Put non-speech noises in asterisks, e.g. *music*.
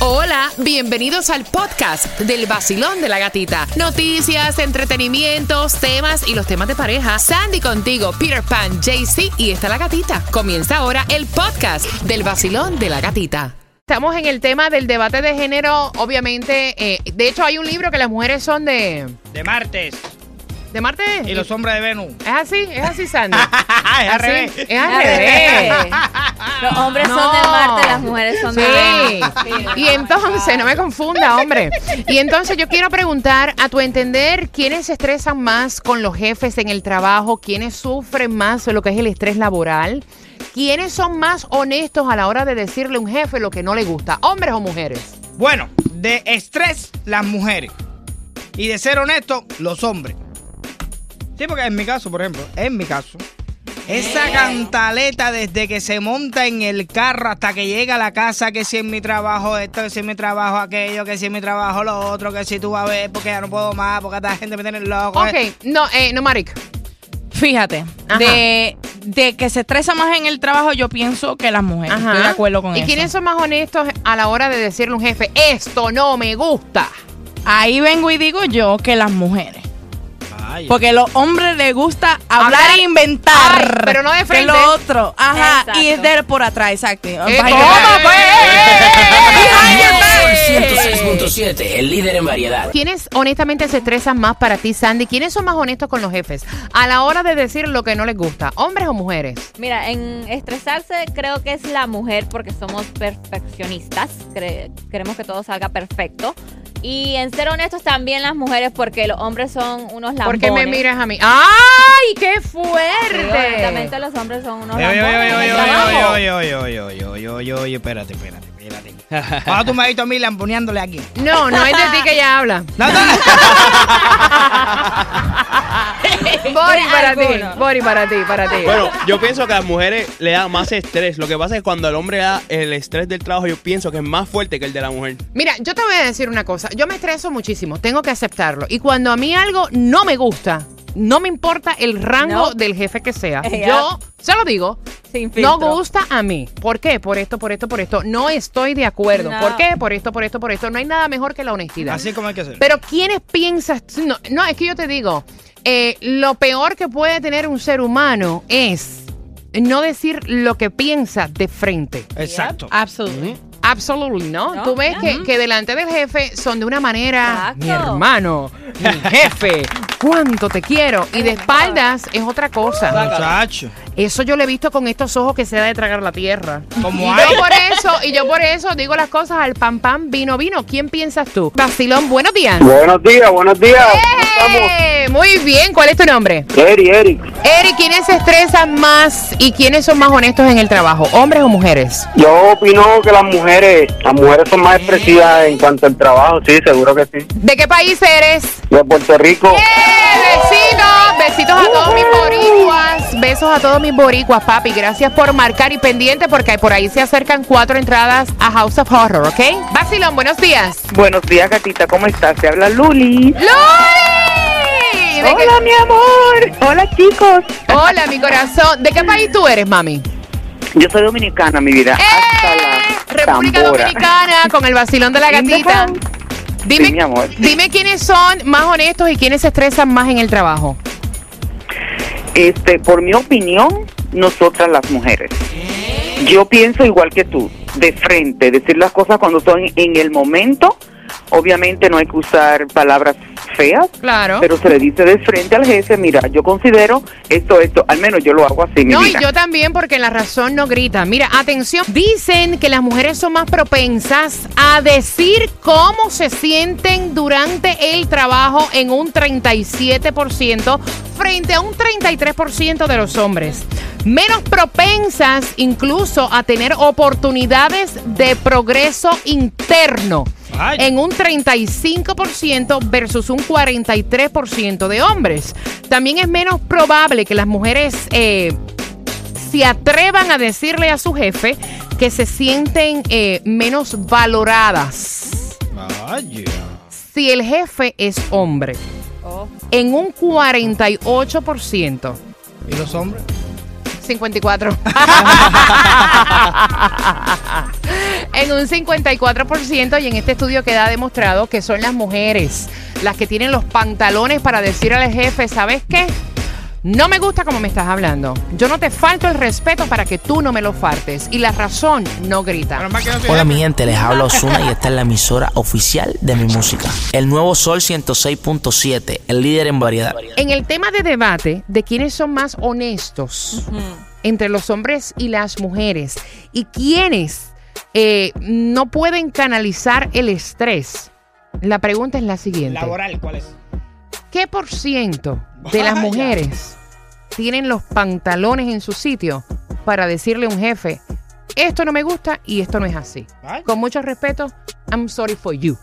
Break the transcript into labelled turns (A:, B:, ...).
A: Hola, bienvenidos al podcast del vacilón de la gatita. Noticias, entretenimientos, temas y los temas de pareja. Sandy contigo, Peter Pan, JC y está la gatita. Comienza ahora el podcast del vacilón de la gatita. Estamos en el tema del debate de género, obviamente. eh, de hecho, hay un libro que las mujeres son de...
B: de martes
A: ¿De Marte?
B: y los hombres de Venus. *laughs*
A: ¿Es así? ¿Es así, Sandy?
B: Ajá, *laughs* es *laughs* al
A: ¿Así?
B: revés.
A: Es al
C: Al
A: revés.
C: revés. Los hombres
A: No.
C: son de Marte, las mujeres son de
A: Sí.
C: Venus.
A: Y entonces, no me confunda, hombre. Y entonces yo quiero preguntar, a tu entender, ¿quiénes se estresan más con los jefes en el trabajo? ¿Quiénes sufren más lo que es el estrés laboral? ¿Quiénes son más honestos a la hora de decirle a un jefe lo que no le gusta? ¿Hombres o mujeres?
B: Bueno, de estrés, las mujeres. Y de ser honesto, los hombres. Sí, porque en mi caso, por ejemplo, en mi caso, esa cantaleta desde que se monta en el carro hasta que llega a la casa, que si en mi trabajo esto, que si en mi trabajo aquello, que si en mi trabajo lo otro, que si tú vas a ver, porque ya no puedo más, porque esta gente me tiene loco.
A: Ok, no, eh, no, Maric.
D: Fíjate,
A: Ajá.
D: de, de que se estresa más en el trabajo, yo pienso que las mujeres. Estoy de acuerdo con
A: ¿Y
D: eso.
A: quiénes son más honestos a la hora de decirle a un jefe, esto no me gusta?
D: Ahí vengo y digo yo que las mujeres.
B: Vaya.
D: Porque a los hombres les gusta hablar,
A: Hablar.
D: e inventar.
A: Ay, pero no de
D: Que
A: frente.
D: lo otro. Ajá.
C: Exacto.
D: Y es de por atrás, exacto.
A: Eh,
D: Vaya.
A: toma, pues!
E: Sol 106.7, el líder en variedad.
A: ¿Quiénes honestamente se estresan más para ti, Sandy? ¿Quiénes son más honestos con los jefes a la hora de decir lo que no les gusta? ¿Hombres o mujeres?
C: Mira, en estresarse creo que es la mujer porque somos perfeccionistas. Cre- queremos que todo salga perfecto. Y en ser honestos también las mujeres porque los hombres son unos lambones.
A: ¿Por qué me miras a mí? ¡Ay, qué
C: Digo, honestamente,
A: fuerte!
C: los hombres son unos
B: Oye,
C: lambones.
B: oye, oye,
C: en el
B: oye,
C: trabajo.
B: oye, oye, oye, oye, oye, oye, oye, espérate, espérate, espérate. Ahora tú me has visto a mí lamponeándole aquí.
A: No, no es de ti que ella habla.
B: No, no, no.
A: *laughs* Bori para ti,
C: alguno.
A: Bori para ti, para ti.
F: Bueno, yo pienso que a las mujeres le da más estrés. Lo que pasa es que cuando al hombre le da el estrés del trabajo, yo pienso que es más fuerte que el de la mujer.
A: Mira, yo te voy a decir una cosa. Yo me estreso muchísimo, tengo que aceptarlo. Y cuando a mí algo no me gusta, no me importa el rango
C: No.
A: del jefe que
C: *laughs*
A: sea.
C: Ella-
A: Yo se lo digo.
C: Sin
A: No
C: filtro.
A: gusta a mí. ¿Por qué? Por esto, por esto, por esto. No estoy de acuerdo.
C: No.
A: ¿Por qué? Por esto, por esto, por esto. No hay nada mejor que la honestidad.
B: Así como hay que hacerlo.
A: Pero ¿quiénes piensas? No, no, es que yo te digo, eh, lo peor que puede tener un ser humano es no decir lo que piensa de frente.
B: Exacto.
D: Absolutamente.
A: Absolutely, ¿no?
C: No,
A: Tú ves
C: ya.
A: que, que delante del jefe son de una manera,
C: Exacto.
A: mi hermano, mi jefe, cuánto te quiero. Y de espaldas es otra
C: ah,
A: cosa.
B: Muchacho.
A: Eso yo lo he visto con estos ojos que se da de tragar la tierra.
B: Como
A: y
B: hay.
A: yo por eso, y yo por eso digo las cosas al pan pan, vino, vino. ¿Quién piensas tú? Basilón, buenos días.
G: Buenos días, buenos días. ¿Cómo estamos?
A: ¡Eh! Muy bien, ¿cuál es tu nombre?
G: Eri, Eri.
A: Eri, ¿quiénes se estresan más y quiénes son más honestos en el trabajo? ¿Hombres o mujeres?
G: Yo opino que las mujeres, las mujeres son más expresivas en cuanto al trabajo, sí, seguro que sí.
A: ¿De qué país eres?
G: De Puerto Rico.
A: ¡Eh! Besitos, besitos a todos mis boricuas, besos a todos mis boricuas, papi. Gracias por marcar y pendiente porque por ahí se acercan cuatro entradas a House of Horror, ¿ok? Basilón, buenos días.
H: Buenos días, gatita, ¿cómo estás? Te habla Luli.
A: ¡Lori! ¿De qué-
H: Hola, mi amor. Hola, chicos.
A: Hola, mi corazón. ¿De qué país tú eres, mami? ¡Eh!
H: Yo soy dominicana, mi vida. Hasta la
A: República
H: tambora.
A: Dominicana, con el vacilón de la
H: In the
A: gatita.
H: house.
A: Dime,
H: Sí, mi amor.
A: dime quiénes son más honestos y quiénes se estresan más en el trabajo.
H: Este, por mi opinión, nosotras las mujeres. Yo pienso igual que tú, de frente, decir las cosas cuando son en el momento. Obviamente no hay que usar palabras feas,
A: Claro.
H: pero se le dice de frente al jefe, mira, yo considero esto, esto, al menos yo lo hago así, mi
A: No, y
H: vida.
A: yo también, porque la razón no grita. Mira, atención, dicen que las mujeres son más propensas a decir cómo se sienten durante el trabajo en un 37% frente a un 33% de los hombres. Menos propensas incluso a tener oportunidades de progreso interno.
B: Ay.
A: en un 35% versus un 43% de hombres. También es menos probable que las mujeres eh, se atrevan a decirle a su jefe que se sienten eh, menos valoradas
B: Vaya.
A: si el jefe es hombre. Oh. En un 48%.
B: ¿Y los hombres?
A: 54. en un 54% y en este estudio queda demostrado que son las mujeres las que tienen los pantalones para decir al jefe, ¿sabes qué? No me gusta como me estás hablando. Yo no te falto el respeto para que tú no me lo faltes. Y la razón no grita.
B: Menos mal que no soy
I: Hola
B: jefe.
I: mi gente, les habla Osuna y esta es la emisora oficial de mi música. El nuevo Sol 106.7, el líder en variedad.
A: En el tema de debate de quiénes son más honestos entre los hombres y las mujeres y quiénes eh, no pueden canalizar el estrés, la pregunta es la siguiente.
B: Laboral, ¿cuál es?
A: ¿Qué por ciento de las
B: Vaya.
A: mujeres tienen los pantalones en su sitio para decirle a un jefe, esto no me gusta y esto no es así?
B: Vaya.
A: Con mucho respeto, I'm sorry for you.